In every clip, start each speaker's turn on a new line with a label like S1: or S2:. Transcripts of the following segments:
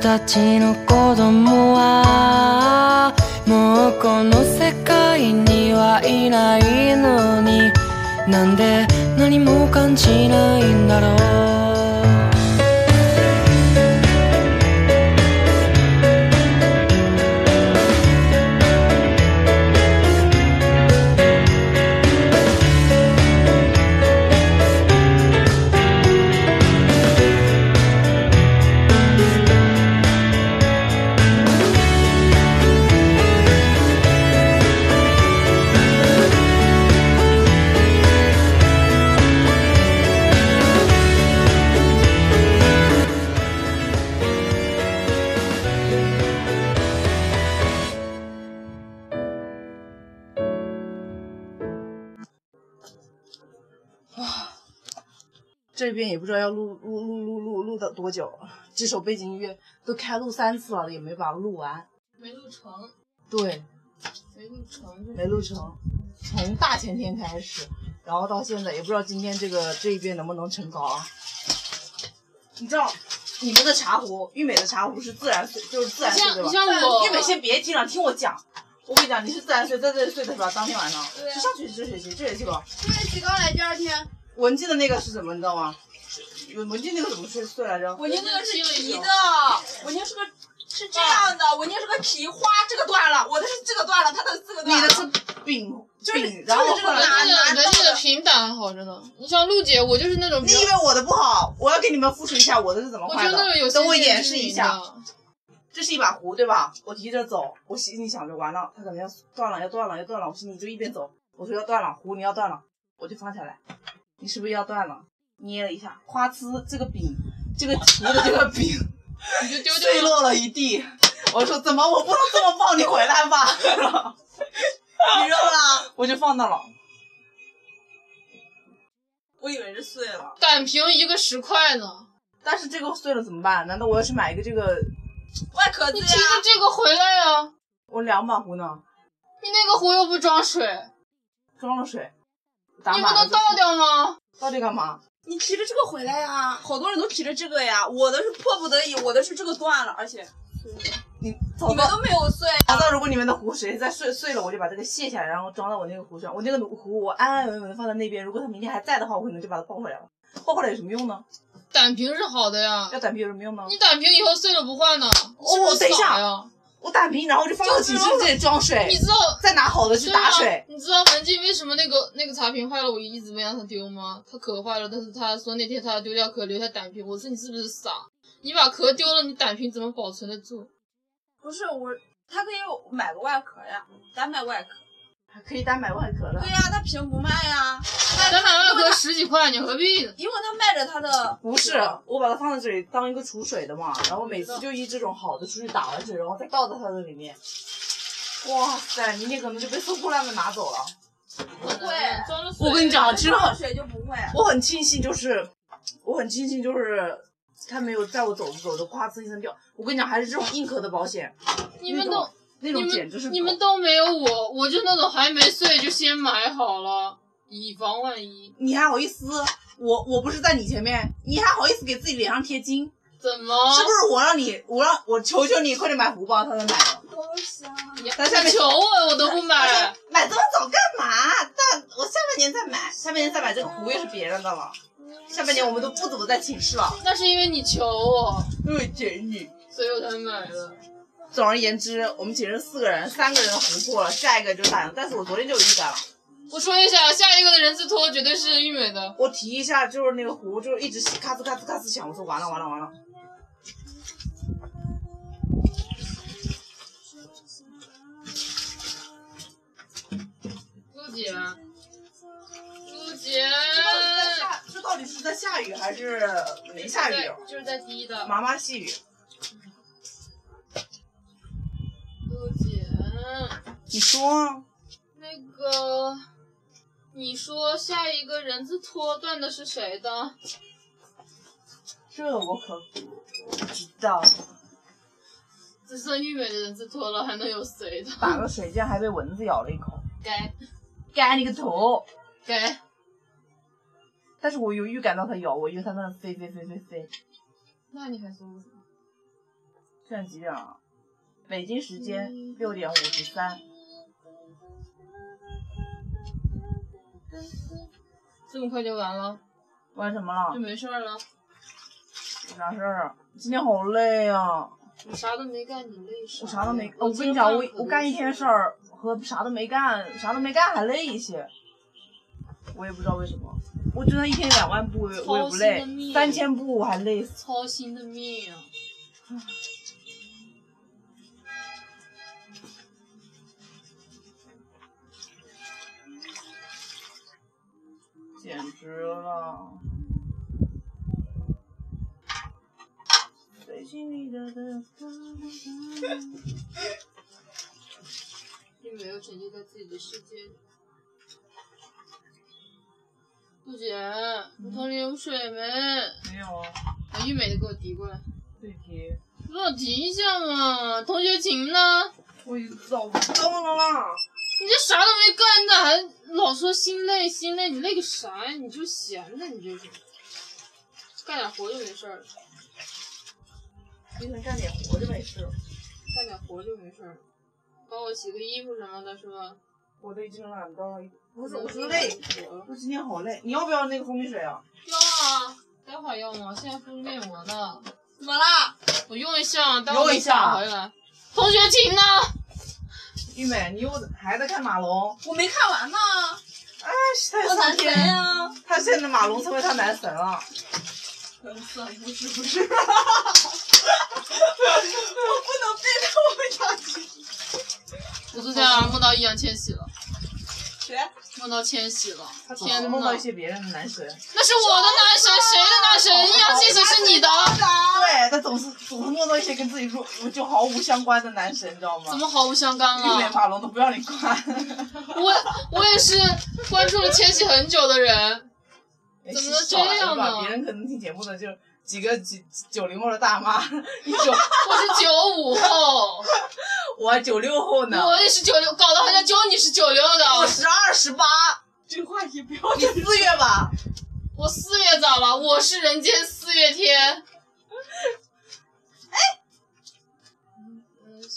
S1: たちの子供はもうこの世界にはいないのになんで何も感じないんだろう
S2: 这边也不知道要录录录录录录到多久，这首背景音乐都开录三次了，也没把它录完。
S3: 没录成，
S2: 对，
S3: 没录成，
S2: 没录成，从大前天开始，然后到现在也不知道今天这个这一遍能不能成稿啊？你知道你们的茶壶，玉美的茶壶是自然碎，就是自然
S3: 你
S2: 碎
S3: 像
S2: 对
S3: 你
S2: 吧？
S3: 像我，
S2: 玉美先别听了，听我讲。我跟你讲，你是自然碎，在这里碎的是吧？当天晚上，
S3: 对啊
S2: 是上学期、这学期、这学期吧？
S3: 这学期刚来第二天，
S2: 文静的那个是什么？你知道吗？文文静那个怎么碎碎来着？
S4: 我宁那个是皮的，啊我宁是个是这样的，我宁是个皮花，这个断了，我的是这个断了，他的是这个
S2: 你
S4: 断了。
S2: 的是饼，
S4: 就是
S2: 饼，然后
S4: 就是这
S2: 后
S4: 个
S2: 来
S4: 拿
S3: 那
S4: 拿
S3: 个
S4: 到
S3: 人家
S4: 的
S3: 的平板好着呢。你像陆姐，我就是那种比
S2: 你
S3: 较
S2: 以，为我的不好？我要给你们复述一下我的是怎么
S3: 我
S2: 画
S3: 就是那
S2: 的。
S3: 种有
S2: 等我
S3: 先见
S2: 演
S3: 之
S2: 示一
S3: 明
S2: 下
S3: 的。
S2: 这是一把壶，对吧？我提着走，我心里想着完了，它可能要断了，要断了，要断了。我心里就一边走，我说要断了，壶你要断了，我就放下来。你是不是要断了？捏了一下，夸呲，这个饼，这个壶的这个饼
S3: 你就丢
S2: 碎
S3: 掉了。
S2: 落了一地。我说怎么我不能这么放你回来吧？
S4: 你扔了，
S2: 我就放那了。
S4: 我以为是碎了。
S3: 短评一个十块呢，
S2: 但是这个碎了怎么办？难道我要去买一个这个？
S4: 外壳子
S3: 你
S4: 呀
S3: 提，
S2: 啊
S3: 着这个回来呀、
S2: 我两把壶呢，
S3: 你那个壶又不装水，
S2: 装了水，打
S3: 你不
S2: 满了
S3: 能
S2: 就
S3: 倒掉吗？
S2: 到底干嘛？
S4: 你提着这个回来呀，好多人都提着这个呀，我的是迫不得已，我的是这个断了，而且
S2: 你
S4: 你
S2: 早
S4: 们
S2: 到
S4: 都没有碎。
S2: 早到，如果你们的壶谁再碎碎了，我就把这个卸下来，然后装到我那个壶上。我那个壶我安安稳稳的放在那边，如果它明天还在的话，我可能就把它抱回来了。抱回来有什么用呢？
S3: 短评是好的呀，
S2: 要胆皮有什么用呢？
S3: 你短评以后碎了不换呢？是不
S2: 哦我
S3: 是
S2: 等一下
S3: 傻呀？
S2: 我打瓶，然后就放到寝室这里装水
S3: 你，知道
S2: 再拿好的去
S3: 对
S2: 打
S3: 啊，
S2: 水。
S3: 你知道文静为什么那个那个茶瓶坏了，我一直没让他丢吗？他壳坏了，但是他说那天他要丢掉壳，留下胆瓶。我说你是不是傻？你把壳丢了，你胆瓶怎么保存得住？
S4: 不是我，他可以买个外壳呀，单卖外壳。
S2: 可以单买外壳的
S4: 对，呀，他凭不卖呀，
S3: 咱买外壳十几块，你何必呢？
S4: 因为他卖着他的。
S2: 不是，
S4: 啊
S2: 我把它放在这里当一个储水的嘛，然后每次就一这种好的出去打完水，然后再倒到它的里面。哇塞，明天可能就被收破烂的拿走了。
S3: 不
S4: 会
S3: 装了水。
S2: 我跟你讲，其实很
S4: 放水就不会。
S2: 我很庆幸，就是我很庆幸，就是他没有带我走着走着，夸呲一声掉。我跟你讲，还是这种硬壳的保险，
S3: 你们
S2: 那种
S3: 都
S2: 那
S3: 你
S2: 种简直是
S3: 们你们都没有我，我就那种还没碎就先买好了，以防万一。
S2: 你还好意思？我我不是在你前面，你还好意思给自己脸上贴金？
S3: 怎么？
S2: 是不是我让你，我让我求求你，快点买壶吧，他才买。
S4: 多香！
S3: 你
S2: 咱下面
S3: 你求啊我，我都不买。
S2: 买这么早干嘛？但我下半年再买，下半年再买这个壶又是别人的了。
S3: 嗯
S2: 下半年我们都不怎么在寝室了。
S3: 那是因为你求我，
S2: 因为简你。
S3: 所以我才买的。
S2: 总而言之，我们寝室四个人，三个人糊破了，下一个就是大洋。但是我昨天就有预感了。
S3: 我说一下，下一个的人字拖绝对是玉美的。
S2: 我提一下，就是那个壶，就是一直咔吱咔吱咔吱响，我说完了完了完了。
S3: 陆姐，陆姐，
S2: 在下，这到底是在下雨还是没下雨？
S3: 对就是在第一的。
S2: 妈妈细雨，
S3: 陆姐，
S2: 你说
S3: 那个，你说下一个人字拖断的是谁的？
S2: 这我可不知道。
S3: 只剩玉美的人字拖了，还能有谁的？
S2: 打个水仗还被蚊子咬了一口，
S3: 该
S2: 干你个头！
S3: 该，
S2: 但是我有预感到它咬我，因为它在那飞飞飞飞飞。
S3: 那你还说我什么？
S2: 现在几点了？北京时间六点五十三。
S3: 这么快就完了，
S2: 玩什么了
S3: 就？没事儿了。
S2: 啥事儿？啊今天好累啊！
S5: 我啥都没干，你累啥？
S2: 我啥都没，我跟你讲，我我干一天事。儿和啥都没干，啥都没干还累一些。我也不知道为什么，我真的一天两万步我也我也不
S5: 操心的
S2: 累，
S5: 命
S2: 三千步我还累死。
S5: 操心的命啊！
S2: 简直了！水晶里的灯
S5: 并没有沉浸在自己的世界里。
S3: 不姐，你桶里有水没？
S2: 没有啊，
S3: 把玉美的给我递过来，
S2: 对题
S3: 让我提一下嘛。同学情呢？
S2: 我已经早不动了啦。
S3: 你这啥都没干的，还老说心累心累，你累个啥呀？你就闲着，你就是干点活就没事儿了，
S2: 一天干点活就没事。
S3: 干点活就没事儿了，帮我洗个衣服什么的，是吧？
S2: 我都已经懒到，不是
S3: 能
S2: 我说
S3: 干
S2: 累，
S3: 点活了
S2: 我今天好累。你要不要那个蜂蜜水啊？
S3: 要啊，待会儿要吗？现在敷面膜呢，
S4: 怎么啦？
S3: 我用一下，待会
S2: 用
S3: 儿
S2: 一下
S3: 打回来。同学情呢？
S2: 玉美，你又还在看马龙？
S4: 我没看完呢，
S2: 哎，太
S4: 我男
S2: 上
S4: 神
S2: 天了！
S4: 呀、
S2: 他现在马龙成为他男神了。
S4: 不是不是不是，我不能背着我讲
S3: 我昨天晚上梦到易烊千玺了，
S4: 谁？
S3: 梦到千玺了
S2: 他，总是
S3: 天
S2: 梦到
S3: 呐
S2: 一！些别人的男神，
S3: 那是我的男神，谁的男神？易烊千玺是你的，啊
S2: 对他总是总是梦到一些跟自己弱就毫无相关的男神，你知道吗？
S3: 怎么毫无相干
S2: 玉美
S3: 了？
S2: 马龙都不让你管？
S3: 我我也是关注了千玺很久的人，
S2: 哎
S3: 怎么能
S2: 少来
S3: 这样呢
S2: 吧别人可能听节目的就几个几九零后的大妈，一九
S3: 我是九五后，
S2: 我九六后呢，
S3: 我也是九六，搞得好像只有你是九六的。
S2: 我十二十八，
S4: 这个话题不要
S2: 你四月吧？
S3: 我四月咋了？我是人间四月天。
S2: 哎
S3: 哎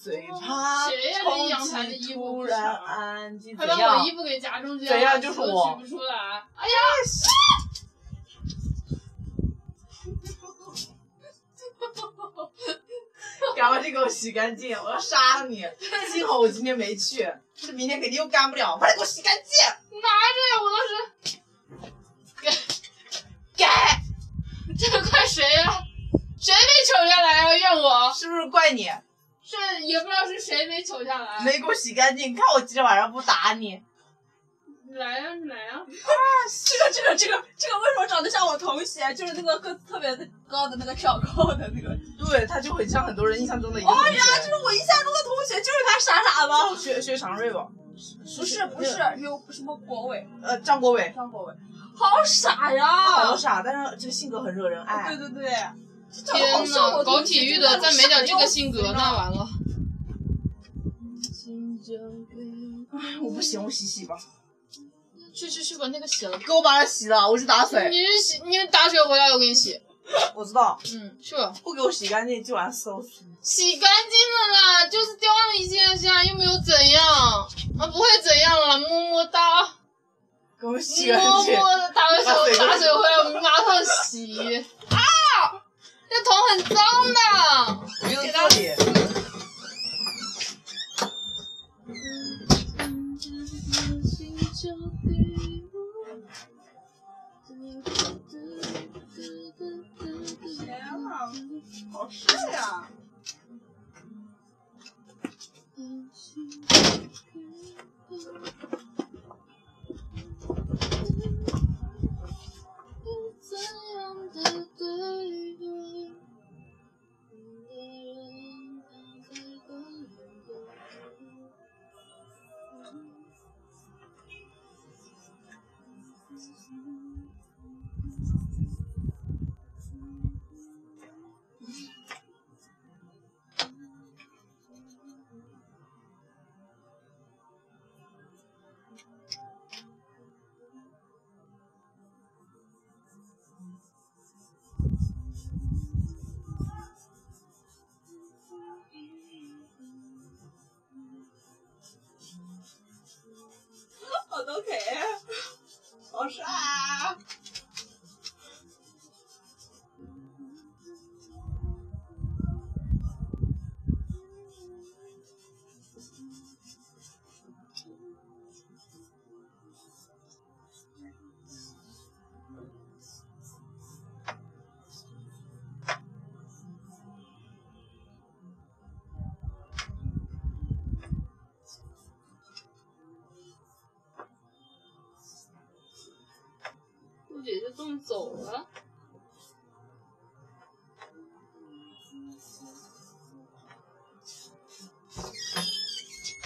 S2: 最怕
S3: 谁呀这阳台的
S2: 空气
S3: 衣服
S2: 突
S3: 不
S2: 然
S3: 少
S2: 安静，
S3: 还
S2: 怎
S3: 把我
S2: 样
S3: 衣？服给夹中间了，
S2: 怎样就是我
S3: 都取不出来。哎呀，
S2: 赶快去给我洗干净，我要杀了你！幸好我今天没去，这明天肯定又干不了，快点给我洗干净！
S3: 拿着呀！我当
S2: 给，
S3: 时这怪谁呀？谁没瞅下来啊？怨我
S2: 是不是怪你？
S3: 是也不知道是谁没瞅下来。
S2: 没给我洗干净，看我今天晚上不打你。
S3: 来呀、来呀、
S4: 这个这个这个这个为什么长得像我同学？就是那个个子特别的高的那个挑高的那个。
S2: 对，他就很像很多人印象中的一个
S4: 哦，
S2: 同
S4: 原来这
S2: 学。
S4: 哎是我印象中的同学，就是他傻傻
S2: 哦，
S4: 的。
S2: 薛薛长瑞吧？
S4: 不是不是，有什么国伟、
S2: 呃，张国伟，
S4: 张国伟，好傻
S2: 好
S4: 呀！
S2: 傻，但是这个性格很惹人哎爱。
S4: 对对对，这长得好
S3: 天
S4: 像
S3: 呐，
S4: 我
S3: 搞
S4: 同学
S3: 体育的再没点这个性格，那完了。
S2: 我不行，我洗洗吧。
S3: 去去去，把那个洗了。
S2: 给我把它洗了，我去打水。
S3: 你是洗，你打水回来我给你洗。
S2: 我知道，
S3: 嗯，去吧。
S2: 不给我洗干净，今晚收拾你。
S3: 洗干净了啦，就是掉了一下下，又没有怎样，啊，不会怎样了，么么哒，
S2: 给我洗干
S3: 么
S2: 净。
S3: 么的，打完
S2: 把水
S3: 水
S2: 给我
S3: 打水回来，我们马上洗。啊，这桶很脏的，
S2: 没有道理。
S4: 天啊，好帅
S2: 啊
S4: 呀！
S2: 啊
S3: 人走了，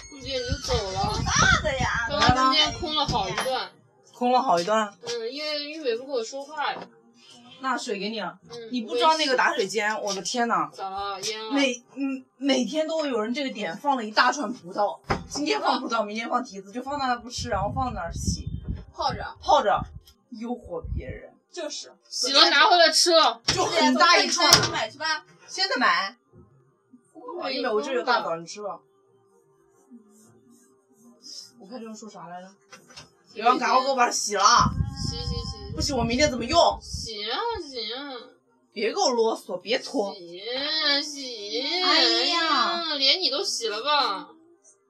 S3: 估计也就走了。
S4: 的呀
S3: 刚刚中间空了好一段，
S2: 空了好一段。
S3: 嗯，因为玉美不跟我说话呀。
S2: 那水给你啊，
S3: 嗯，
S2: 你不知道那个
S3: 打
S2: 打水间，我的天呐，
S3: 咋了？淹了？
S2: 每嗯每天都有人这个点放了一大串葡萄，今天放葡萄，明天放提子，就放那儿不吃，然后放那儿洗
S4: 泡着，
S2: 泡着，诱惑别人，
S4: 就是
S6: 洗了拿回来吃了，
S2: 就
S4: 哎
S2: 很大一串。
S4: 买去吧。
S2: 现在买，
S3: 我
S2: 因为我这儿有大枣，你吃吧。我看这种说啥来着？刘洋，赶快给我把它洗了，啊
S3: 洗洗洗
S2: 不洗我明天怎么用？
S3: 洗啊洗啊
S2: 别给我啰嗦，别拖。
S3: 洗啊洗！
S2: 哎呀
S3: 呀，连你都洗了吧？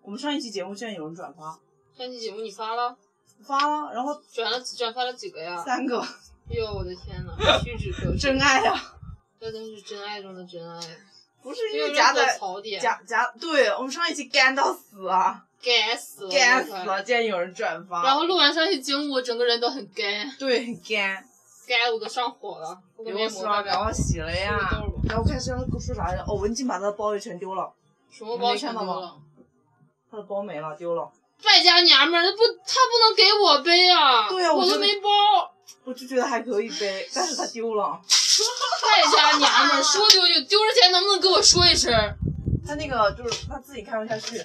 S2: 我们上一期节目居然有人转发，
S3: 上期节目你发了，
S2: 发了，然后
S3: 转了转发了几个呀？
S2: 三个，
S3: 哟，我的天 呐，屈指可数。
S2: 真，爱呀、
S3: 这真是真爱中的真爱，
S2: 不是
S3: 没
S2: 因
S3: 有
S2: 为
S3: 任
S2: 夹
S3: 何
S2: 在
S3: 槽点，
S2: 夹夹，对我们上一期干到死啊，
S3: 该死了，
S2: 干死
S3: 我快
S2: 了，竟然有人转发，
S3: 然后录完上期节目，我整个人都很干，
S2: 对很干，
S3: 干我都上火了，我
S2: 给
S3: 面
S2: 我
S3: 膜
S2: 刷，赶快洗了
S3: 吃个
S2: 呀
S3: 豆儿吧。
S2: 然后看上次说啥来着？哦，文静把她的包也全丢了，
S3: 什么包
S2: 你没
S3: 全
S2: 看到吗
S3: 丢了。
S2: 她的包没了，丢了。
S3: 败家娘们儿，那不他不能给我背啊！
S2: 对啊我
S3: 我
S2: 觉
S3: 都
S2: 得
S3: 没包。
S2: 我就觉得还可以背，但是她丢 了。
S3: 败家娘们儿，说丢就丢之前能不能跟我说一声？
S2: 她那个就是她自己看不下去，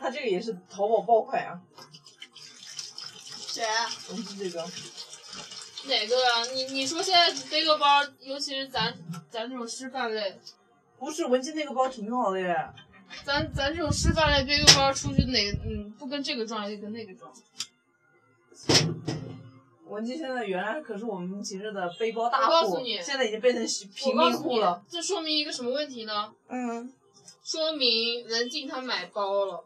S2: 她这个也是淘宝爆款啊，
S4: 谁？
S3: 啊
S2: 我们是这个。
S3: 哪个啊？你你说现在背个包，尤其是咱咱这种师范类，
S2: 不是文静那个包挺好的耶，
S3: 咱咱这种师范类背个包出去哪嗯不跟这个撞也得跟那个撞。
S2: 文静现在原来可是我们寝室的背包
S3: 我
S2: 大
S3: 告诉
S2: 户，
S3: 你
S2: 现在已经变成贫
S3: 我告
S2: 民
S3: 诉
S2: 户
S3: 你
S2: 了。，
S3: 这说明一个什么问题呢？
S2: 嗯，
S3: 说明文静她买包了，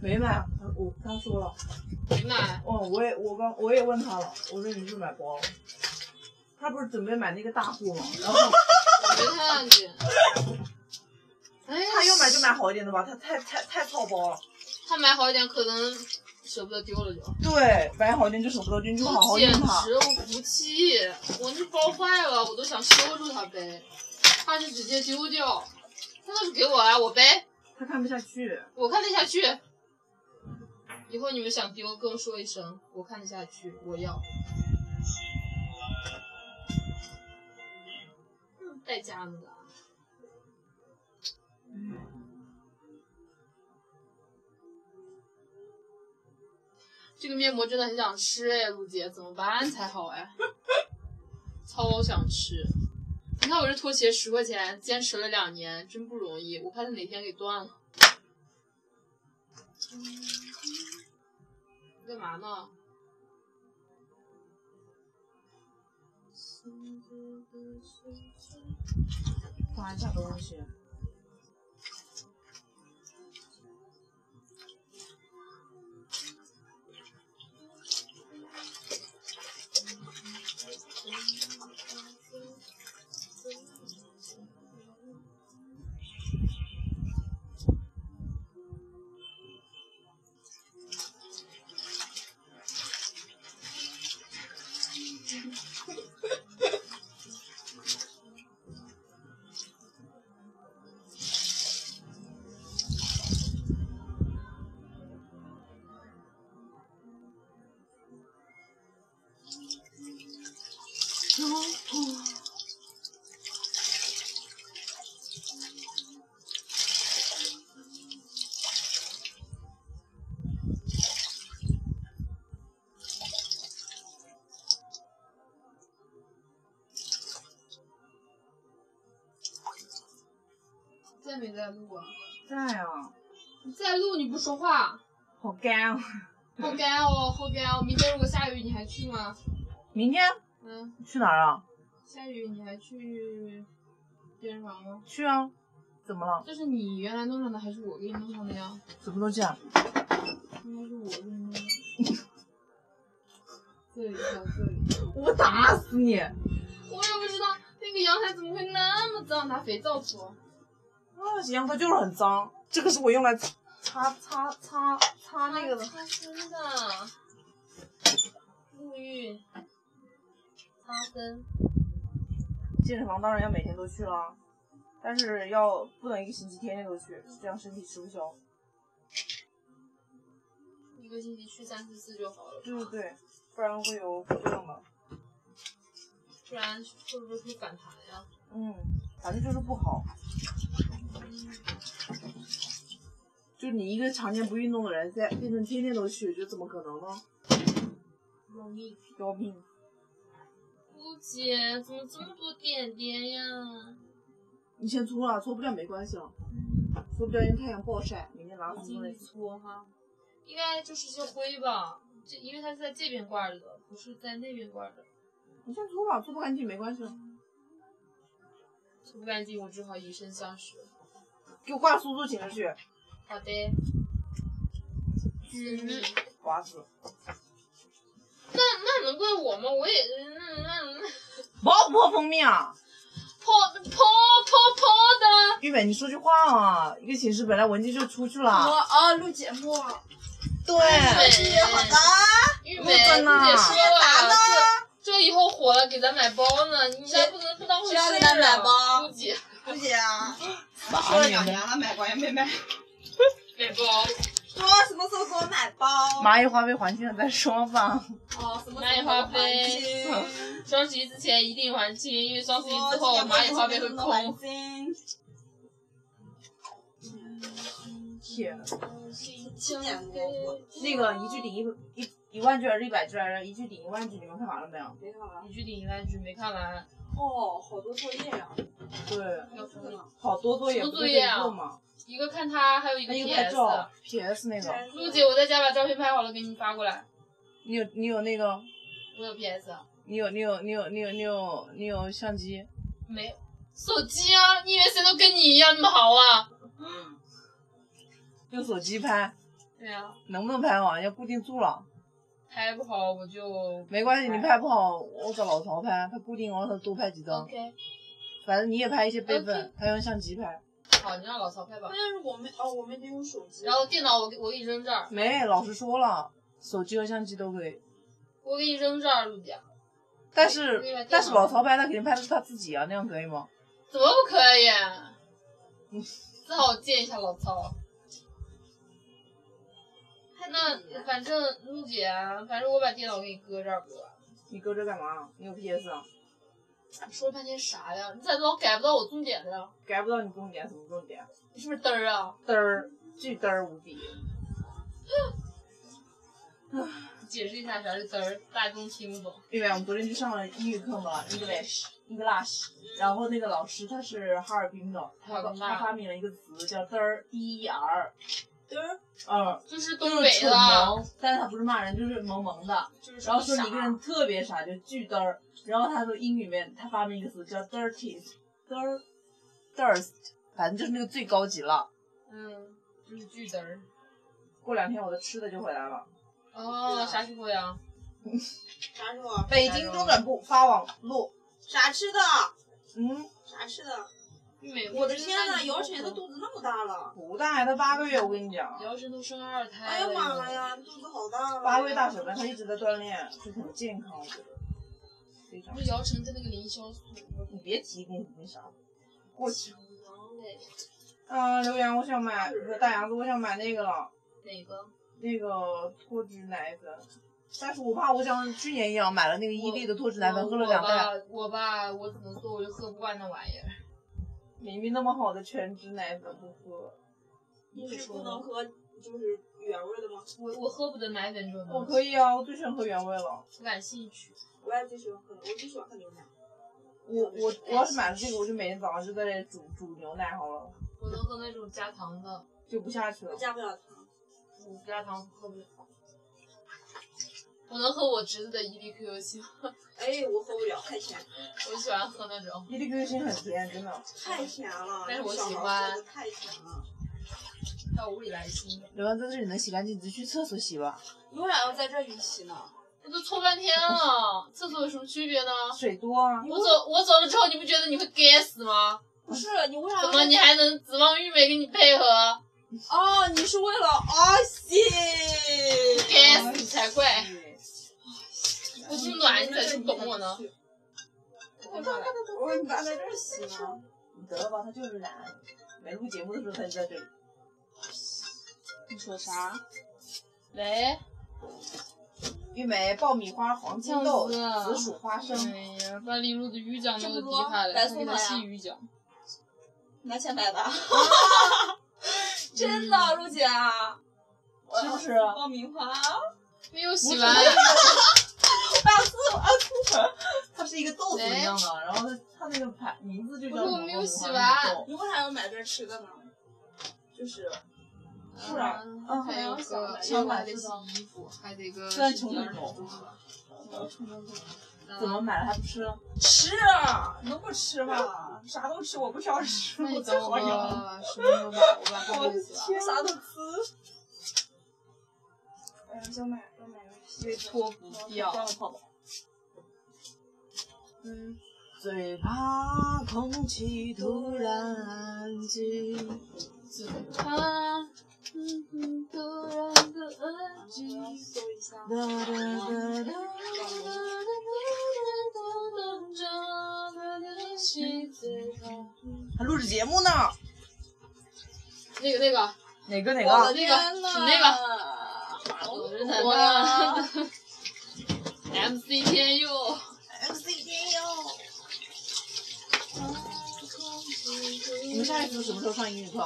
S2: 没买，她我她说了，
S3: 没买。
S2: 哦，我也我刚我也问她了，我说你是买包了，她不是准备买那个大户吗？然后
S3: 我没看见。 哎呀，
S2: 她要买就买好一点的吧，她太太太操包了。
S3: 她买好一点，可能舍不得丢了就。
S2: 对，买好一点就舍不得丢，就好好用
S3: 简
S2: 它。
S3: 直我服气，我那包坏了，我都想收住它背，他是直接丢掉。他要是给我啊，我背，
S2: 她看不下去，
S3: 我看得下去。以后你们想丢，跟我说一声，我看得下去，我要。嗯带家呢的，这个面膜真的很想吃哎，陆姐怎么办才好哎？超想吃！你看我这拖鞋十块钱，坚持了两年，真不容易。我怕它哪天给断了。你干嘛呢？
S2: 拿一下东西。
S3: 在没在录啊？
S2: 在啊，
S3: 你在录你不说话，
S2: 好干啊！
S3: 好该哦，好该哦。明天如果下雨你还去吗？
S2: 明天
S3: 嗯，
S2: 去哪儿啊？
S3: 下雨你还去健身房吗？
S2: 去啊，怎么了？
S3: 这是你原来弄上的还是我给你弄上的呀？
S2: 什么东西啊？
S3: 应该是我给你弄上的。这里看这里，
S2: 我打死你！
S3: 我也不知道那个阳台怎么会那么脏，拿肥皂搓。
S2: 啊那阳台就是很脏，这个是我用来擦擦擦擦擦那个的，
S3: 擦身的，沐浴，擦跟
S2: 健身房当然要每天都去啦，但是要不能一个星期天天都去，这样身体吃不消。
S3: 一个星期去三四次就好了，
S2: 对对对，不然会有不一样的。
S3: 不然会不会会反弹呀？
S2: 嗯，反正就是不好。就你一个常年不运动的人，再变成天天都去，就怎么可能呢？
S3: 容易。
S2: 要命！
S3: 姑姐，怎么这么多点点呀？
S2: 你先搓啊了，搓不掉没关系了，搓不掉因为太阳暴晒，明天拿
S3: 我
S2: 红
S3: 进
S2: 的
S3: 去。搓哈，应该就是些灰吧。这因为它是在这边挂着的，不是在那边挂着。
S2: 你先搓吧，搓不干净没关系，
S3: 搓不干净，我只好以身相许。
S2: 给我挂苏苏请着去，
S3: 好的。嗯，
S2: 瓜子。
S3: 那能怪我吗？我也嗯嗯嗯，
S2: 包不包蜂蜜啊？
S3: 泡泡泡泡的。
S2: 玉美，你说句话啊！一个寝室本来文静就出去
S4: 我
S2: 了，
S4: 啊录节目啊，
S3: 哎
S2: 对，
S3: 对，
S4: 好的，
S3: 玉
S2: 陆
S3: 美，
S2: 真呐
S3: 姐
S2: 谁
S3: 说
S4: 拿
S3: 了
S4: 呢，
S3: 这这以后火了给咱买包呢，你咱不能不当回事
S4: 谁
S3: 啊。
S4: 要给咱买包
S3: 姑姐
S4: 姑姐啊，
S2: 说了两
S4: 年了，买过也没买。
S3: 买包，
S4: 说什么时候给我买包？
S2: 蚂蚁花呗还清了再说吧。
S4: 哦，什么
S3: 蚂
S4: 时
S3: 蚁
S4: 候
S3: 花
S4: 还
S3: 呗
S4: 清？
S3: 双十一之前一定还清，因为双十一
S4: 说
S3: 之后
S4: 今年
S3: 蚂蚁花呗
S4: 过
S3: 会
S4: 年还
S3: 空。
S4: 清
S2: 天，
S4: 今年过我
S2: 那个一句顶一一一万句还是一百句来着？一句顶一万句，你们看完了没有？
S4: 没看完。
S3: 一句顶一万句没看完，
S4: 哦，好多作业呀！
S2: 对，
S3: 要不要
S2: 好多作业
S3: 什么
S2: 不是
S3: 作业啊
S2: 一个嘛，
S3: 一个看他，还有一个
S2: 那一个拍
S3: PS。
S2: 照 PS 那个，
S3: 陆姐，我在家把照片拍好了给你发过来。
S2: 你有你有那个，
S3: 我有 PS，
S2: 你有你有你有你有你有你有相机，
S3: 没有手机啊？你以为谁都跟你一样那么好啊？
S2: 用手机拍，
S3: 对啊，
S2: 能不能拍好？要固定住了，
S3: 拍不好我就
S2: 没关系，你拍不好，我找老曹拍，他固定我让他多拍几张，
S3: OK。
S2: 反正你也拍一些备份
S3: OK，
S2: 他用相机拍。
S3: 好，你让老曹拍吧
S4: 但。是我没哦，我没得用手机
S3: 然。后电脑我给我给你扔这儿，
S2: 没，老师说了，手机和相机都可以，
S3: 我给你扔这儿，陆姐。
S2: 但是
S3: 对吧电
S2: 但是
S3: 脑
S2: 老曹拍他肯定拍的是他自己啊，那样可以吗？
S3: 怎么不可以？啊 只好见一下老曹。那反正陆姐，反正我把电脑给你搁这儿不了。
S2: 你搁这干嘛？你有 PS 啊？
S3: 说了半天啥呀？你咋老改不到我重点的呀？
S2: 改不到你重点，什么重点？
S3: 你是不是嘚儿啊？
S2: 嘚儿，巨嘚儿无比。
S3: 解释一下啥是嘚儿，大众听不懂。
S2: 因为我们昨天去上了英语课嘛，English English，然后那个老师他是哈尔滨的，他
S3: 好吧
S2: 他发明了一个词叫嘚儿 D E R，嘚儿，嗯，
S3: 就
S2: 就
S3: 是东
S2: 是
S3: 北
S2: 蠢
S3: 的，啊
S2: 萌，但是他不是骂人，就是萌萌的。
S3: 就是
S2: 然后说
S3: 啥
S2: 你一个人特别傻，就巨嘚儿。然后他说英语里面他发明一个词叫 dirty，嘚儿，thirst，反正就是那个最高级了。
S3: 嗯，就是巨嘚儿。
S2: 过两天我的吃的就回来了。
S3: 哦，啥时候呀？
S4: 啥时候？
S2: 北京中转部发网路，
S4: 啥吃的？
S2: 嗯，
S4: 啥吃的？
S3: 美国
S4: 我的天呐，姚晨
S3: 晨
S4: 的肚子那么大了！
S2: 不大呀，他八个月，我跟你讲，
S3: 姚晨都生二胎
S4: 哎呀
S3: 了又。
S4: 妈呀，肚子好大了！
S2: 八个月大手了，他一直在锻炼，就很健康，我觉得非常
S3: 不。是姚晨她那个凌霄素，
S2: 你别提那那啥，过去。
S3: 娘嘞，
S2: 啊，刘洋，我想买，不是大杨子，我想买那个了，
S3: 哪个？
S2: 那个脱脂奶粉，但是我怕我像去年一样买了那个伊利的脱脂奶粉，喝了两袋。
S3: 我吧，我吧，我只能说我就喝不惯那玩意儿。
S2: 明明那么好的全脂奶粉不喝，
S4: 你是不能喝就是原味的吗？
S3: 我我喝不得奶粉这种
S2: 我
S3: 东西，
S2: 可以啊，我最喜欢喝原味了。
S3: 不感兴趣。
S4: 我也最喜欢喝，我最喜欢喝牛奶。
S2: 我我我要是买了这个，我就每天早上就在这里煮煮牛奶好了，
S3: 我能喝那种加糖的，
S2: 就不下去
S4: 我
S2: 了。
S4: 加不了糖。
S3: 我不加糖喝不了。我能喝我侄子的 E 伊利 QQ 星，
S4: 哎，我喝不了，太甜，
S3: 我喜欢喝那种。
S2: 伊利 QQ 星很甜，真的。
S4: 太甜了。
S3: 但是我
S4: 小孩
S3: 喜欢
S4: 喝的太甜了。
S3: 到屋里来新的，
S2: 刘洋在这里能洗干净，只去厕所洗吧，
S4: 永远要在这里洗呢。
S3: 我都搓半天了，厕所有什么区别呢？
S2: 水多啊。
S3: 我走我走了之后，你不觉得你会该死吗？
S4: 不是你为 啥要
S3: 怎么哦你还能指望玉美跟你配合？
S4: 哦，你是为了哦洗。
S3: 该死才怪！我这么暖，你咋就不懂我呢？
S2: 我看看他
S4: 我
S2: 我说
S4: 说你
S2: 你
S4: 咋
S2: 咋在
S4: 在这
S2: 这
S4: 儿
S2: 儿
S4: 洗
S2: 洗
S4: 呢
S2: 呢？你得了吧，他就是懒。没录节目的时候他就在这里。
S3: 你说啥？
S6: 喂，
S2: 玉梅、爆米花、黄金豆、
S6: 这样子啊
S2: 紫薯、花生。
S6: 哎呀，把李璐的鱼酱都
S4: 这
S6: 给
S4: 不
S6: 滴
S4: 多
S6: 下来，
S4: 白
S6: 还
S4: 送
S6: 给
S4: 的
S6: 他
S4: 呀
S6: 吃鱼酱。
S4: 拿钱买的，真的，陆姐啊，
S2: 是不是
S4: 爆米花，
S6: 没有洗
S2: 是
S6: 完，
S2: 它是一个豆子一样的，然后它它那个牌名字就叫
S6: 不
S2: 什
S6: 是
S2: 么
S6: 我没有洗
S2: 爆米花豆
S4: 你为啥要买这吃的呢？就是
S2: 是啊
S4: 嗯
S6: 还有
S4: 好像
S6: 个
S4: 想
S6: 还
S2: 买知
S6: 得洗
S2: 道
S6: 衣服，还得个
S2: 现在
S6: 洗
S2: 穷
S6: 第
S2: 的
S6: 二
S2: 狗
S6: 种
S2: 怎么买了还不吃？
S4: 吃，能不吃吗？啥都吃，我不挑食，
S6: 那
S4: 我
S6: 你
S4: 最
S6: 等
S4: 好
S6: 我
S4: 养，
S6: 吧，十分钟吧，我把它弄死了。
S4: 啥都吃。哎呀，想买，想买个
S6: 被拖不掉。
S2: 嗯，最怕空气突然安静。
S6: 啊，嗯嗯，突然的安静。
S4: 搜一下。
S2: 哒哒哒哒还录着节目呢。
S3: 那个那个，
S2: 哪个哪
S4: 我
S2: 个
S4: 的？天呐！啊
S3: 那
S4: 个
S3: 我是
S4: 我哎
S3: 男的，MC 天佑，
S2: 你们下一次什么时候上英语课？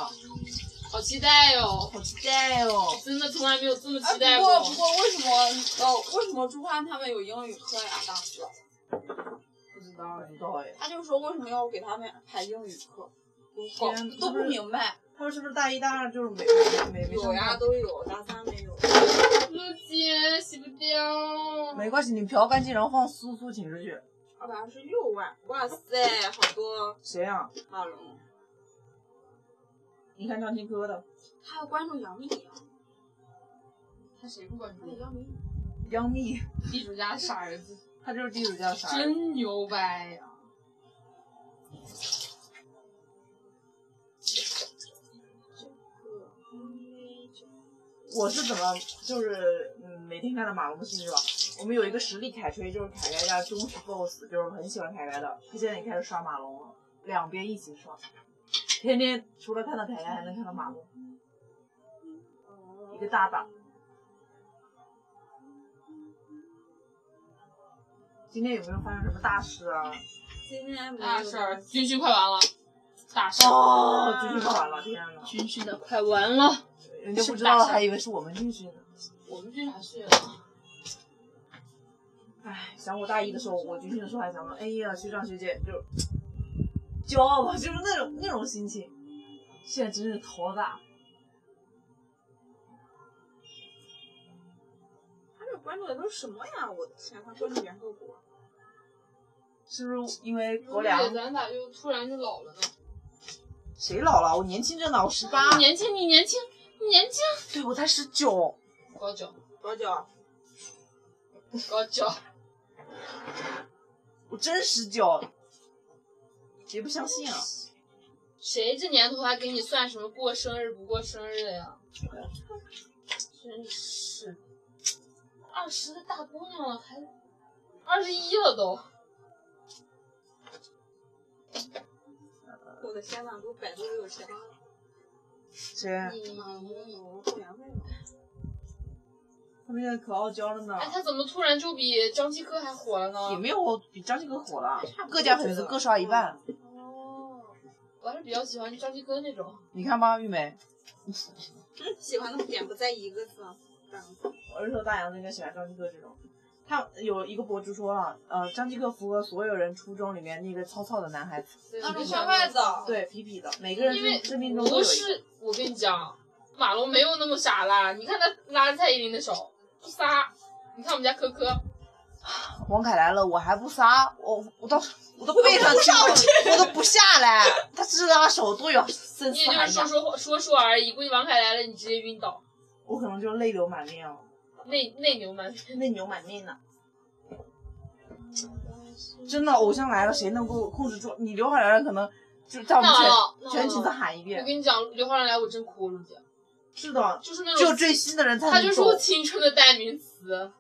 S3: 好期待哟！
S2: 好期待哦！
S3: 真的从来没有这么
S4: 哎，
S3: 期待
S4: 不
S3: 啊过。
S4: 过不过，为什么呃，为什么朱欢他们有英语课呀？大四，
S2: 不知道，不知道哎。
S4: 他就说为什么要给他们排英语课，我搞
S2: 天
S4: 都不明白。
S2: 他们是不是大一、大二就是没没没
S4: 有
S2: 上
S4: 呀，
S2: 课？
S4: 都有，大三没有。
S3: 陆姐洗不掉。
S2: 没关系，你嫖干净，然后放苏苏寝室去。
S4: 好像是六万，哇塞，好多
S2: 谁呀、
S4: 马龙。
S2: 你看张新科的，
S4: 他还关注杨幂啊，
S3: 他谁不关
S4: 哎？杨幂。
S2: 杨幂，
S3: 地主家傻 儿子，
S2: 他就是地主家啥？
S3: 真牛掰呀、
S2: 我是怎么就是嗯每天看到马龙的信息吧？我们有一个实力凯吹，就是凯凯家忠实 boss，就是很喜欢凯凯的。他现在也开始刷马龙了，两边一起刷，天天除了看到凯凯，还能看到马龙，一个大大。今天有没有发生什么大事啊？
S4: 今天没
S3: 大
S4: 有
S3: 事儿，军训快完了，大事儿，
S2: 哦，军训完了，天呐，
S3: 军训的快完了，
S2: 人家不知道了，还以为是我们军训呢。
S3: 我们军啥训啊？
S2: 唉，想我大一的时候，我军训的时候还想说，哎呀，学长学姐就骄傲吧，就是那种那种心情。现在真是头大，
S4: 他这关注的都是什么呀？我的天，他关注联合国。
S2: 是不是因为
S3: 陆
S2: 狗粮
S3: 姐，？咱咋就突然就老了呢？
S2: 谁老了？我年轻着呢，我十八，
S3: 你年轻，你年轻，你年轻。
S2: 对我才十九。
S3: 高脚，
S4: 多久？
S3: 高脚，
S2: 我真十九，谁不相信啊？
S3: 谁这年头还给你算什么过生日不过生日的呀？真是，二十个大姑娘了还二十一了都。
S4: 我的天呐，都百度都有钱了。
S2: 谁？
S4: 马龙、后援会吗？
S2: 他们现在可傲娇了呢，
S3: 哎，他怎么突然就比张继科还火了
S2: 也
S3: 呢？
S2: 没有我比张继科火了，各家粉丝各刷一万。
S3: 哦，我还是比较喜欢张继科那种。
S2: 你看吧，玉梅，
S4: 喜欢的点不在一个字上，两个字。
S2: 我是说大杨子应该喜欢张继科这种。他有一个博主说了，呃，张继科符合所有人初中里面那个糙糙的男孩子，
S4: 那种
S3: 种
S4: 校外的
S2: 对，痞痞的，每个人
S3: 因为
S2: 生生命中都有
S3: 不
S2: 一个。
S3: 是，我跟你讲，马龙没有那么傻啦。你看他拉蔡依林的手，不撒。你看我们家科科，
S2: 王凯来了，我还不撒，我我到我都背上去了，我都不下来，他是拉手多远，伸
S3: 你也
S2: 手
S3: 就
S2: 还
S3: 是说
S2: 下，
S3: 说说说而已。估计王凯来了，你直接晕倒，
S2: 我可能就泪流满面了，
S3: 内内牛满。
S2: 泪流满面呢。真的，偶像来了，谁能够控制住？你刘海来了，可能就在我们
S3: 那了
S2: 全
S3: 那
S2: 全寝室
S3: 了
S2: 喊一
S3: 我
S2: 遍。
S3: 跟你讲，刘昊然来我真哭了，姐，
S2: 是的，
S3: 就是那
S2: 只有
S3: 种，
S2: 追星的人才能
S3: 他就是
S2: 够
S3: 我青春的代名词。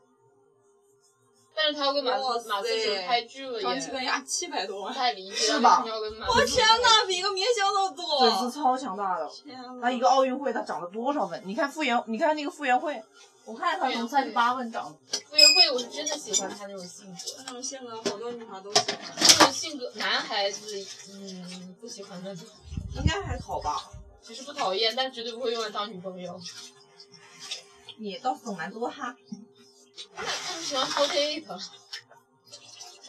S3: 但是他跟马
S4: 哇
S3: 思
S4: 塞
S3: 马思纯拍剧了
S4: 张七
S3: 耶，
S4: 根牙七百多
S3: 不
S4: 万，
S3: 太理解。
S2: 是吧
S3: 为什么要跟马
S4: 我
S3: 思
S4: 天哪，比一个明星都
S2: 粉丝
S4: 多！
S2: 超强大的。
S4: 天啊
S2: 那一
S4: 哪，
S2: 个奥运会他涨了多少分？你看傅园，你看那个傅园慧，我看他从三十八分涨，
S3: 傅园慧，我是真的喜欢他那种性格。
S4: 那种性格好多女孩都喜欢，
S3: 这种性格，男孩子，嗯，不喜欢那种，
S4: 应该还好吧？
S3: 只是不讨厌，但绝对不会用来当女朋友。
S2: 你倒是懂蛮多哈。
S3: 他们喜欢 forty eight。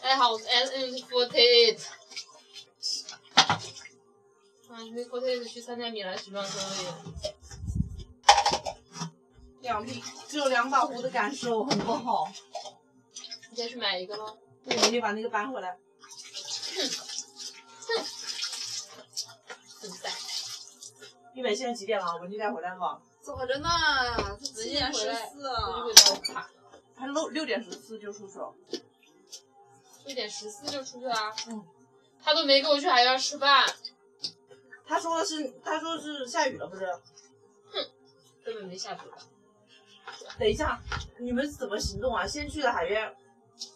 S3: 哎，好，我是 S N forty eight。啊，你们 forty eight 去参加米兰时装周了？
S2: 两匹只有两把壶的感受很不好，
S3: 你再去买一个吗？
S2: 我们就把那个搬回来。
S3: 自在。
S2: 一北现在几点了？我就该回来了吧？
S4: 早着呢，今年十四，啊
S3: 我就会打我卡。
S2: 还六六点十四就出去了。
S3: 六点十四就出去啦。
S2: 嗯。
S3: 他都没跟我去海边吃饭，
S2: 他说的是，他说是下雨了，不是？
S3: 根本没下去。
S2: 等一下，你们怎么行动啊？先去的海边，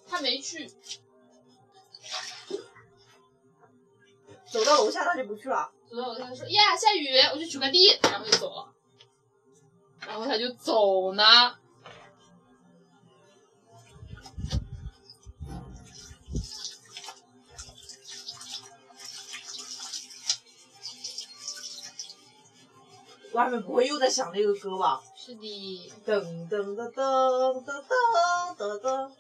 S3: 他没去，
S2: 走到楼下他就不去了。
S3: 走到我家说呀下雨，我去取快递，然后就走了。然后他就走呢，
S2: 外面不会又在响那个歌吧？
S3: 是的。
S2: 噔噔噔噔噔噔噔噔。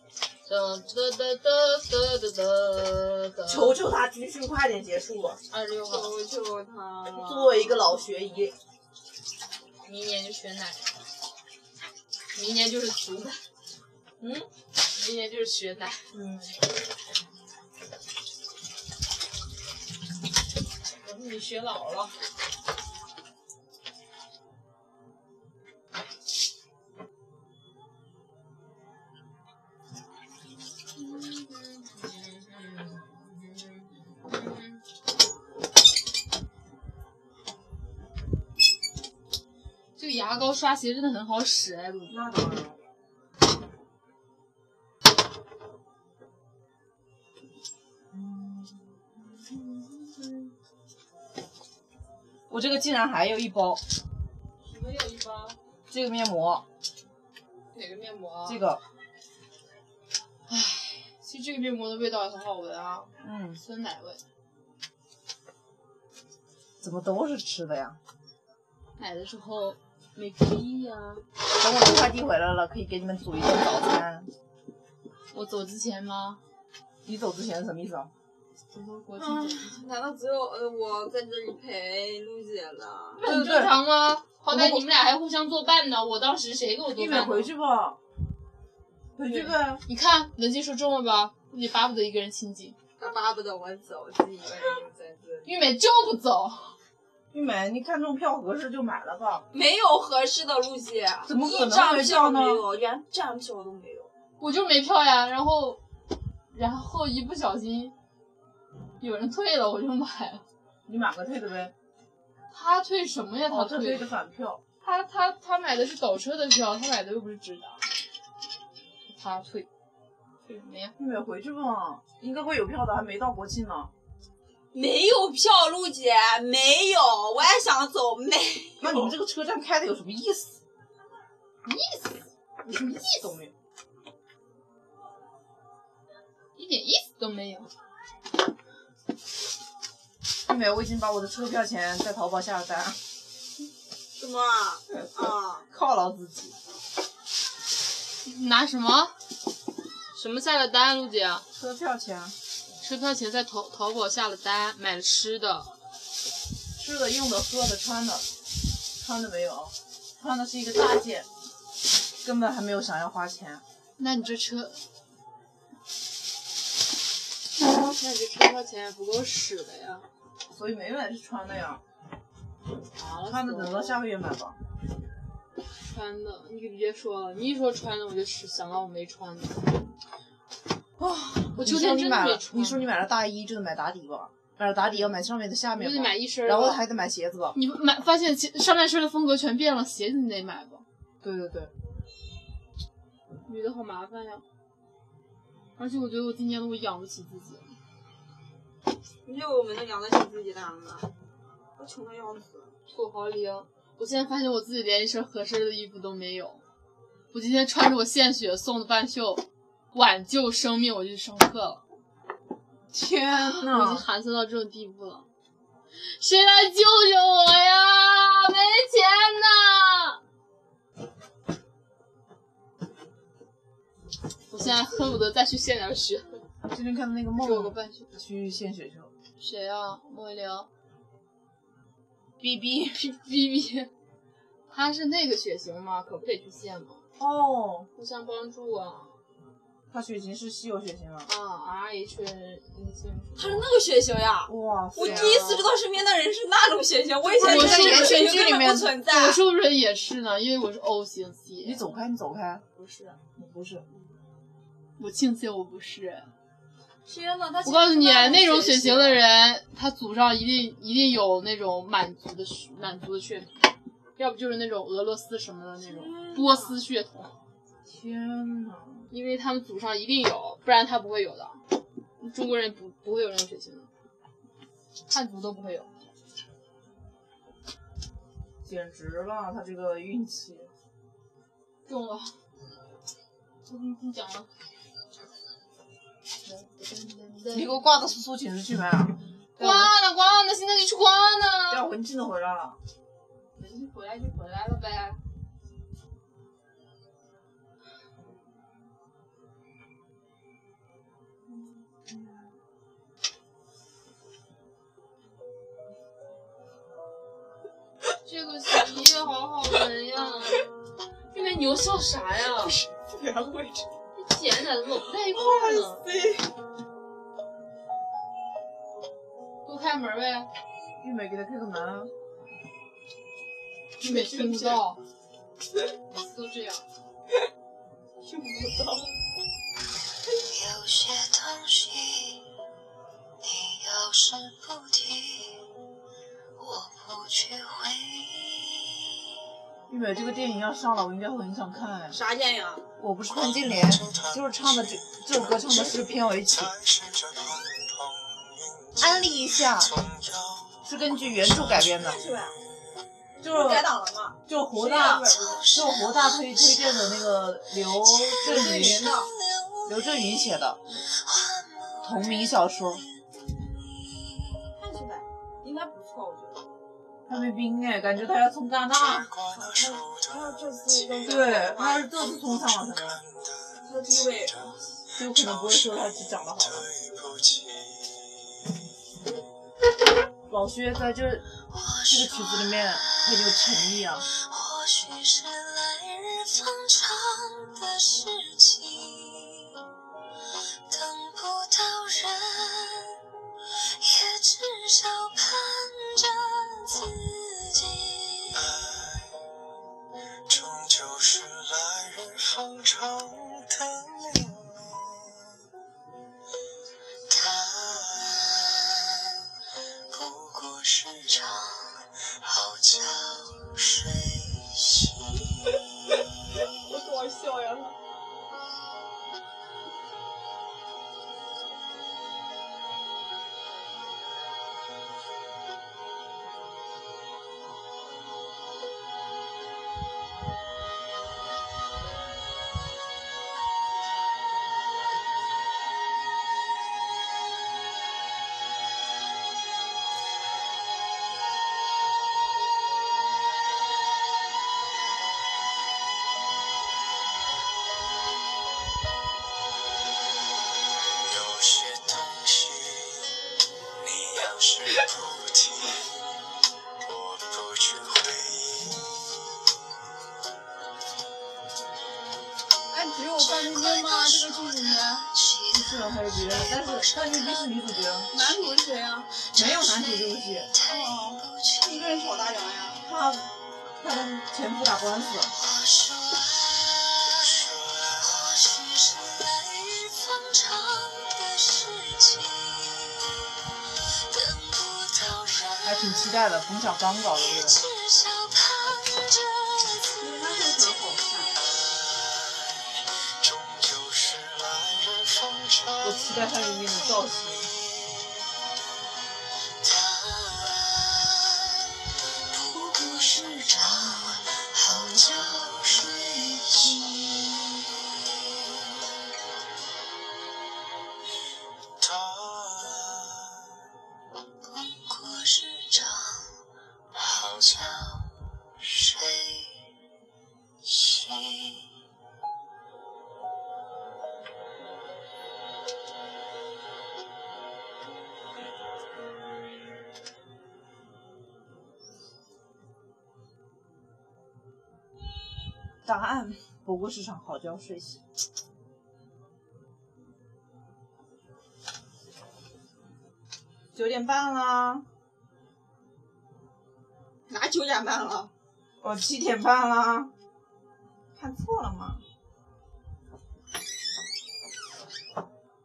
S3: 哒哒哒哒哒哒哒哒。
S2: 求求他军训快点结束，
S3: 二十六号，
S4: 求求他了。
S2: 作为一个老学医，
S3: 明年就选奶，明年就是足奶，
S2: 嗯
S3: 明年就是学奶。
S2: 嗯，
S3: 我说你学老了。这个牙膏刷鞋真的很好使哎，鲁
S2: 那当然了。我这个竟然还有一包
S3: 什么有一包？
S2: 这个面膜，
S3: 哪个面膜啊？
S2: 这个，
S3: 其实这个面膜的味道也很好闻啊，
S2: 嗯，
S3: 酸奶味，
S2: 怎么都是吃的呀？
S3: 买的时候没注意呀、
S2: 等我快递回来了，可以给你们煮一顿早餐。
S3: 我走之前吗？
S2: 你走之前什么意思啊？
S3: 怎么国庆
S4: 嗯
S3: 节？
S4: 难道只有呃我在这里陪露姐了？
S3: 这很正常吗？好歹你们俩还互相作伴呢。我当时谁跟我作
S2: 一
S3: 伴
S2: 美
S3: 呢？
S2: 回去吧，回去呗。
S3: 你看，能接说中了吧？你巴不得一个人清静，
S4: 他巴不得我走，自己一个人留在这里。
S3: 玉美就不走。
S2: 玉美，你看中票合适就买了吧。
S4: 没有合适的露姐，
S2: 怎么可能
S4: 一张
S2: 会这
S4: 票
S2: 样呢
S4: 没有，连站票都没有。
S3: 我就没票呀，然后，然后一不小心，有人退了，我就买了。
S2: 你买个退的呗，
S3: 他退什么呀？他
S2: 哦，他退
S3: 退
S2: 的返票。
S3: 他他他买的是倒车的票，他买的又不是直达。他退，退什么呀？
S2: 玉美回去吧，应该会有票的，还没到国庆呢。
S4: 没有票，露姐没有，我也想走，没
S2: 那你们这个车站开的有什么意思？意思？有什么意思都没有。
S3: 一点意思都没有。
S2: 玉美，我已经把我的车票钱在淘宝下了单，
S4: 什么啊啊？
S2: 犒劳自己。
S3: 拿什么？什么下了单，陆姐？啊
S2: 车票钱，
S3: 车票前在淘淘宝下了单，买了吃的。
S2: 吃的、用的、喝的、穿的，穿的没有，穿的是一个大件，根本还没有想要花钱。
S3: 那你这车
S7: 那你这车票钱也不够使的呀。
S2: 所以没买是穿的呀，
S7: 啊
S2: 穿的等到下个月买吧。
S7: 穿的，你可别说了，你一说穿的，我就想到我没穿的。
S2: 啊，
S7: 我
S2: 你
S7: 秋
S2: 说
S7: 天
S2: 你
S7: 真的
S2: 买
S7: 没
S2: 了，
S7: 穿。
S2: 你
S3: 啊
S2: 说你买了大衣就得买打底吧，买了打底要买上面的下
S7: 就
S2: 面
S7: 得
S2: 吧，
S7: 买一身儿
S2: 然后
S7: 吧
S3: 啊
S2: 还得买鞋子吧。
S3: 你买发现其上半身的风格全变了，鞋子你得买吧？
S2: 对对对，
S7: 女的好麻烦呀。
S3: 而且我觉得我今年都会养不起自己。
S4: 你有我们能养得起自己的儿吗？我穷的要死。
S3: 土豪零。我现在发现我自己连一身合适的衣服都没有。我今天穿着我献血送的半袖挽救生命，我就去上课了。啊
S4: 天
S3: 我已经！寒酸到这种地步了，谁来救救我呀？没钱呐！我现在恨不得再去献点血，
S2: 最近看的那个
S3: 救个
S2: 梦，
S3: 半宿。
S2: 去献血去了。
S3: 谁啊？莫文玲。
S2: B B。
S3: 哔哔哔， 他是那个血型吗？可不得去献吗？
S2: 哦，
S3: 互相帮助啊
S2: 他血型是稀有血型啊。
S3: 啊！RH 阴性，
S4: 他是那个血型呀。
S2: 哇塞！啊
S4: 我第一次知道身边的人是那种血型，我以前
S3: 我
S4: 觉得
S3: 是
S4: 这个血
S3: 群
S4: 型
S3: 居
S4: 根
S3: 里
S4: 本
S3: 面
S4: 不存在。
S3: 我是不是也是呢？因为我是 O 型
S2: 你
S3: C，
S2: 走开，你走开。
S3: 不是，
S2: 你不是。
S3: 我庆幸我不是。
S4: 天呐，他
S3: 我告诉你，啊
S4: 那
S3: 那种血型的，人，他祖上一定一定有那种满族的血满族的血统，要不就是那种俄罗斯什么的那
S4: 天
S3: 种
S4: 呐
S3: 波斯血统，
S2: 天哪！
S3: 因为他们祖上一定有，不然他不会有的。中国人不不会有那种血型的，汉族都不会有。
S2: 简直了，他这个运气。
S3: 中了，我跟你讲了。
S2: 你给我挂到苏苏寝室去没 啊？
S3: 挂了挂了，现在就去挂了。
S2: 让文静的回来啊了。
S3: 你回来就回来了呗。这个洗衣液好好闻呀！这边牛笑啥呀？
S4: 然后会
S3: 姐俩怎么不在一块儿呢？给我开门呗！
S2: 玉美给他开个门啊。
S3: 你没听不到，每次都这样。
S4: 听不到。
S8: 有些东西，你要是不提，我不去回忆。
S2: 玉美，这个电影要上了，我应该会很想看哎。
S4: 啥电影？啊
S2: 我不是潘金莲，就是唱的这这首歌唱的是片尾曲，安利一下，是根据原著改编的，
S4: 是吧？
S2: 就
S4: 改档了吗？
S2: 就胡大，
S4: 是
S2: 就胡大推推荐的那个刘震云，刘震云写的同名小说，
S4: 看去呗，应该不错，我觉得。
S2: 范冰冰哎，感觉她要从戛纳，
S4: 他这次应该
S2: 对，她是这次从香港才来，
S4: 他的地位，
S2: 就可能不会说她只长得好。老薛在这这个曲子里面很有诚意啊，
S8: 或许是来日方长的事情，等不到人，也至少盼着自己。
S9: 终究是来日方长的命运。
S8: 但不过是场好觉睡醒。
S4: 我多笑呀！
S9: 有些东西，你要是
S8: 哦
S9: 不提，我不去回忆。
S4: 哎，只有范冰冰吗？这个剧里面
S2: 不是还有别人，但是范冰冰是女主角，
S4: 男主是谁啊呀？
S2: 没有男主这部戏，
S4: 哦，一个人挑大梁呀。
S2: 她她跟前夫打官司。
S8: 我说爱，或许是来日方长的事情，等不到
S2: 还
S8: 人，
S2: 挺期待的，冯小刚搞的这
S8: 也
S2: 个。
S8: 至少盼着
S4: 那
S8: 自
S4: 会
S8: 己
S4: 很。好看。
S9: 终究是来日方长
S2: 我期待它里面的造型。
S8: 答案不过是场好觉睡去。
S9: 答案
S8: 不过是场好觉睡去。
S2: 答案不过是场好觉睡醒。九点半啦，
S4: 哪九点半了？
S2: 哦，七点半啦，看错了吗？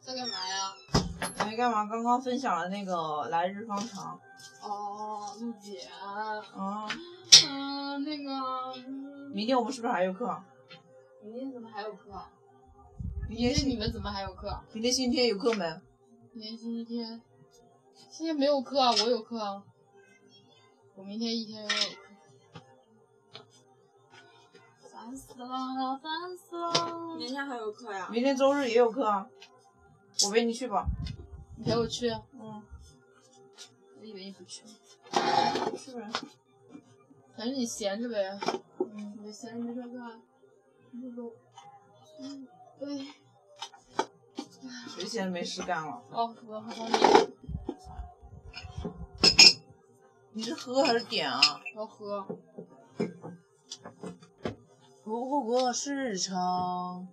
S3: 在干嘛呀？
S2: 没干嘛，刚刚分享了那个来日方长，
S3: 哦，啊陆姐，
S2: 嗯，
S3: 嗯，那个，嗯
S2: 明天我们是不是还有课？
S3: 明天怎么还有课啊？
S2: 明
S3: 明
S2: 天
S3: 天
S2: 星
S3: 你们怎么还有课啊？
S2: 明天星期天有课没？
S3: 明天星期天，今天没有课啊，我有课啊。我明天一天也有课。烦死了，烦死了！
S4: 明天还有课呀？
S2: 明天周日也有课啊，我陪你去吧。
S3: 你陪我去，啊
S2: 嗯，
S3: 我以为你不去，
S2: 是呗。
S3: 反正你闲着呗。嗯，你闲着没事干，那个，嗯，对。
S2: 谁闲着没事干了？
S3: 哦，我好想你，
S2: 你是喝还是点啊？
S3: 我要喝。
S2: 不过是场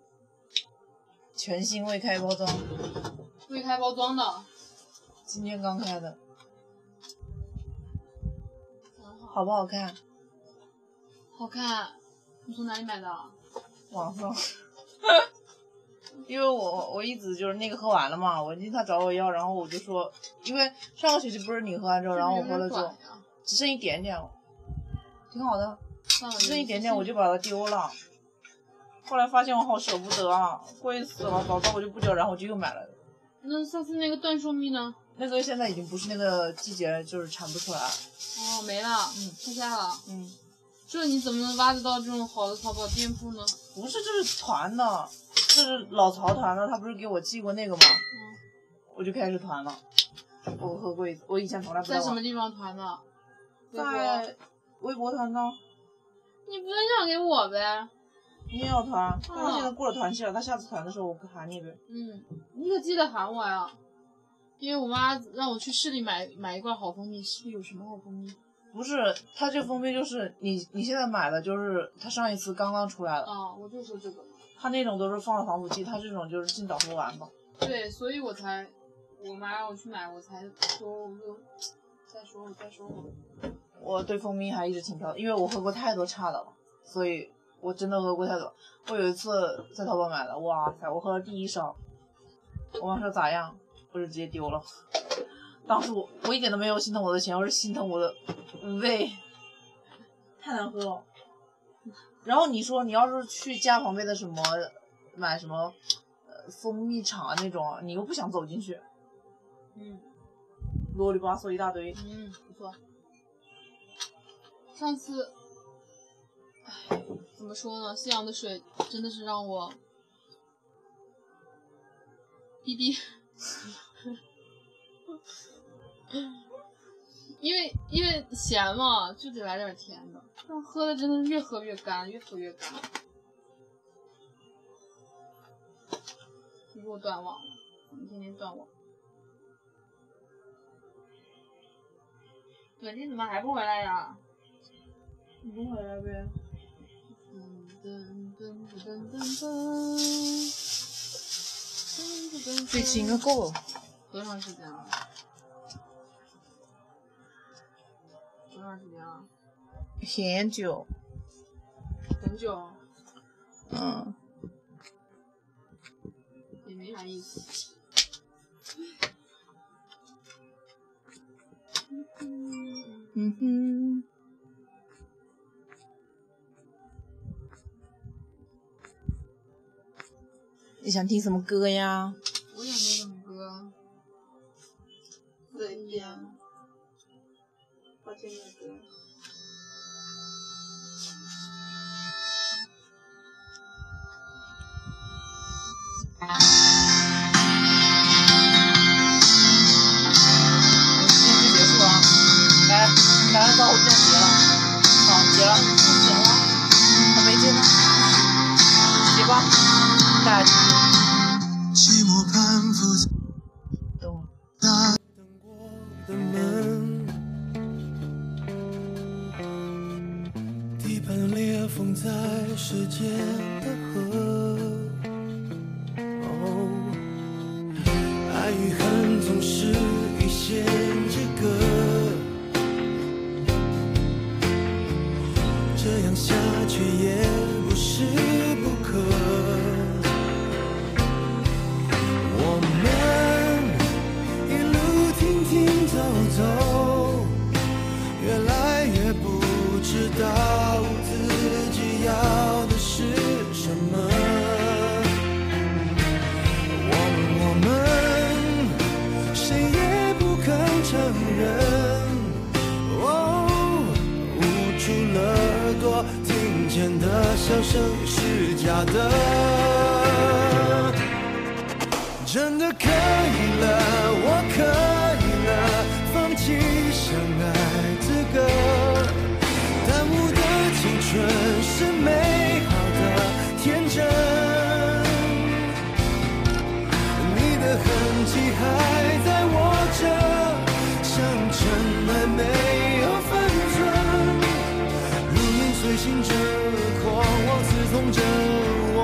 S2: 全新未开包装，
S3: 未开包装的，
S2: 今天刚开的，
S3: 很好，
S2: 好不好看？
S3: 好看。你从哪里买的？啊
S2: 网上，因为我我一直就是那个喝完了嘛，我因为他找我要，然后我就说，因为上个学期不是你喝完之后，然后我喝了之后
S3: 这个
S2: 只剩一点点了，挺好的，
S3: 算了，
S2: 只剩一点点我就把它丢了。后来发现我好舍不得啊，贵死了，早知道我就不丢，然后我就又买了。
S3: 那上次那个断寿命呢？
S2: 那个现在已经不是那个季节了，就是产不出来了。
S3: 哦，没了，
S2: 嗯
S3: 下架了。
S2: 嗯，
S3: 这你怎么能挖得到这种好的淘宝店铺呢？
S2: 不是，这是团的，这是老曹团的，他不是给我寄过那个吗？
S3: 嗯
S2: 我就开始团了。我喝过一次，我以前从来不
S3: 在
S2: 玩
S3: 什么地方团的？微博啊
S2: 在微博团呢，
S3: 你不分享给我呗？
S2: 你也要团，但是现在
S3: 啊
S2: 过了团期了，他下次团的时候我喊你呗。
S3: 嗯，你可记得喊我呀，因为我妈让我去市里买买一罐好蜂蜜，市里有什么好蜂
S2: 嗯
S3: 蜜？
S2: 不是，他这封面就是你你现在买的，就是他上一次刚刚出来的，
S3: 啊，我就说这个。
S2: 他那种都是放了防腐剂，他这种就是尽早喝完吧。
S3: 对，所以我才，我妈让我去买，我才说我就再说我再说我。
S2: 我对蜂蜜还一直挺挑，因为我喝过太多差的了，所以我真的喝过太多。我有一次在淘宝买的，哇塞，我喝了第一勺，我妈说咋样，我就直接丢了。当时我我一点都没有心疼我的钱，我是心疼我的胃，太难喝了。然后你说你要是去家旁边的什么买什么呃蜂蜜厂啊那种，你又不想走进去，
S3: 嗯
S2: 啰里吧嗦一大堆。
S3: 嗯，不错。上次，唉，怎么说呢？夕阳的水真的是让我，滴滴。因为因为咸嘛，就得来点甜的。但喝的真的是越喝越干，越喝越干。你给我断网了，你天天断网。短信怎么还不回来呀？
S2: 你不回来呗？
S3: 噔噔噔噔噔噔噔噔
S2: 这期应该够了。
S3: 多长时间了？多长时间了？
S2: 很久，
S3: 很久，
S2: 嗯，
S3: 也没啥意思。
S2: 嗯哼，你想听什么歌呀？
S3: 我想那个
S2: 今天就结束了啊！来，大家到我这结了，好结了，结了，我没接呢，结吧，大家
S9: 寂寞攀附
S2: 等我。
S9: 在
S10: 等过的门，地板裂缝在时间的河。哦，爱与恨总是一线之隔，这样下去也不是不可。我们。一路停停走走，越来越不知道自己要的是什么。我我们谁也不肯承认，哦，捂住了耳朵，听见的笑声是假的。真的可以了，我可以了，放弃相爱资格。耽误的青春是美好的天真，你的痕迹还在我这，像尘埃没有分寸。如影随形着，狂妄刺痛着我。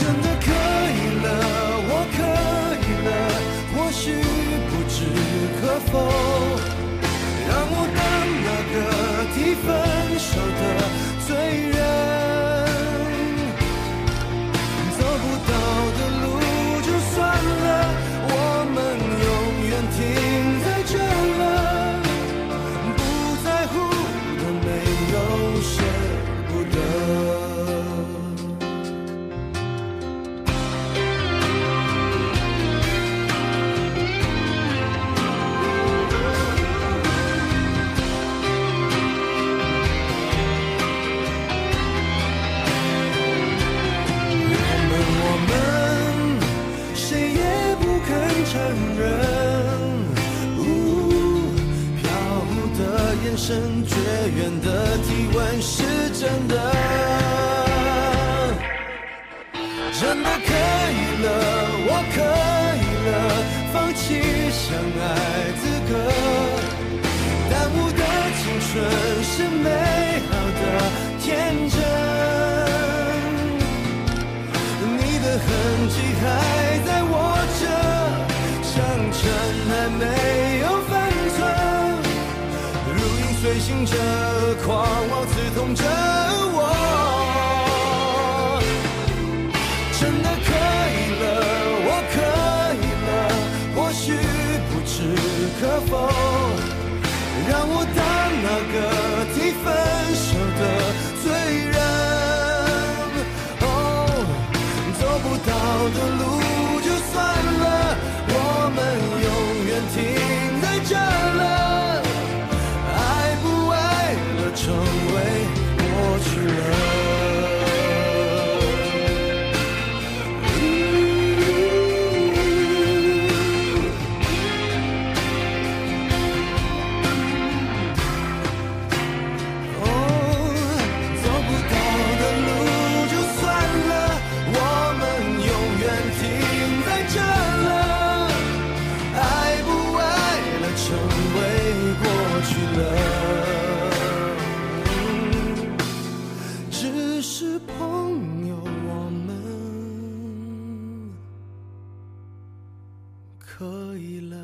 S10: 真的可以了，我可以了，或许不知可否，让我当那个提分手的罪人，走不到的路就算了，我们永远停在这了，不在乎的没有舍不得。我们我们谁也不肯承认，呜，飘忽的眼神，绝缘的体温是真的。真的可以了，我可以了，放弃相爱资格。耽误的青春是美好的天真。你的痕迹还在我这，像尘埃没有分寸，如影随形着，狂妄刺痛着我。真的可以了，我可以了，或许不知可否，让我当那个提分手的罪人。哦，走不到的路就算了，我们永远停在这了，爱不爱了成为过去了。嗯哦，走不到的路就算了，我们永远停在这了，爱不爱了成为过去了，只是朋友，我们可以了。